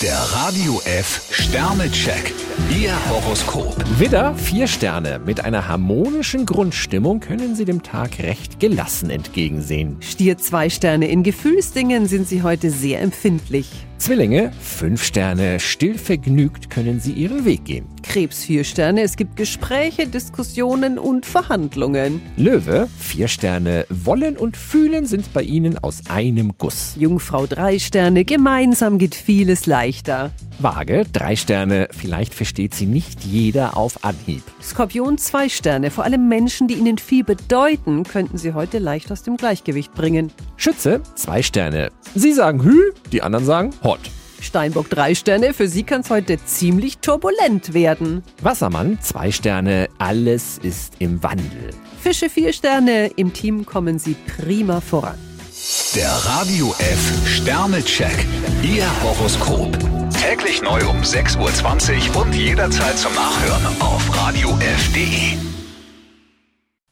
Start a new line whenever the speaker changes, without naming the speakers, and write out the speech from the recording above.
Der Radio F Sternecheck. Ihr Horoskop.
Widder, vier Sterne. Mit einer harmonischen Grundstimmung können Sie dem Tag recht gelassen entgegensehen.
Stier zwei Sterne. In Gefühlsdingen sind Sie heute sehr empfindlich.
Zwillinge, fünf Sterne. Stillvergnügt können Sie Ihren Weg gehen.
Krebs vier Sterne. Es gibt Gespräche, Diskussionen und Verhandlungen.
Löwe, vier Sterne. Wollen und Fühlen sind bei Ihnen aus einem Guss.
Jungfrau drei Sterne. Gemeinsam geht vieles leichter.
Waage, drei Sterne. Vielleicht versteht Sie nicht jeder auf Anhieb.
Skorpion zwei Sterne. Vor allem Menschen, die Ihnen viel bedeuten, könnten Sie heute leicht aus dem Gleichgewicht bringen.
Schütze, zwei Sterne. Sie sagen Hü, die anderen sagen Hot.
Steinbock drei Sterne. Für Sie kann es heute ziemlich turbulent werden.
Wassermann, zwei Sterne. Alles ist im Wandel.
Fische vier Sterne. Im Team kommen Sie prima voran.
Der Radio F Sternecheck. Ihr Horoskop. Täglich neu um 6.20 Uhr und jederzeit zum Nachhören auf Radio radiof.de.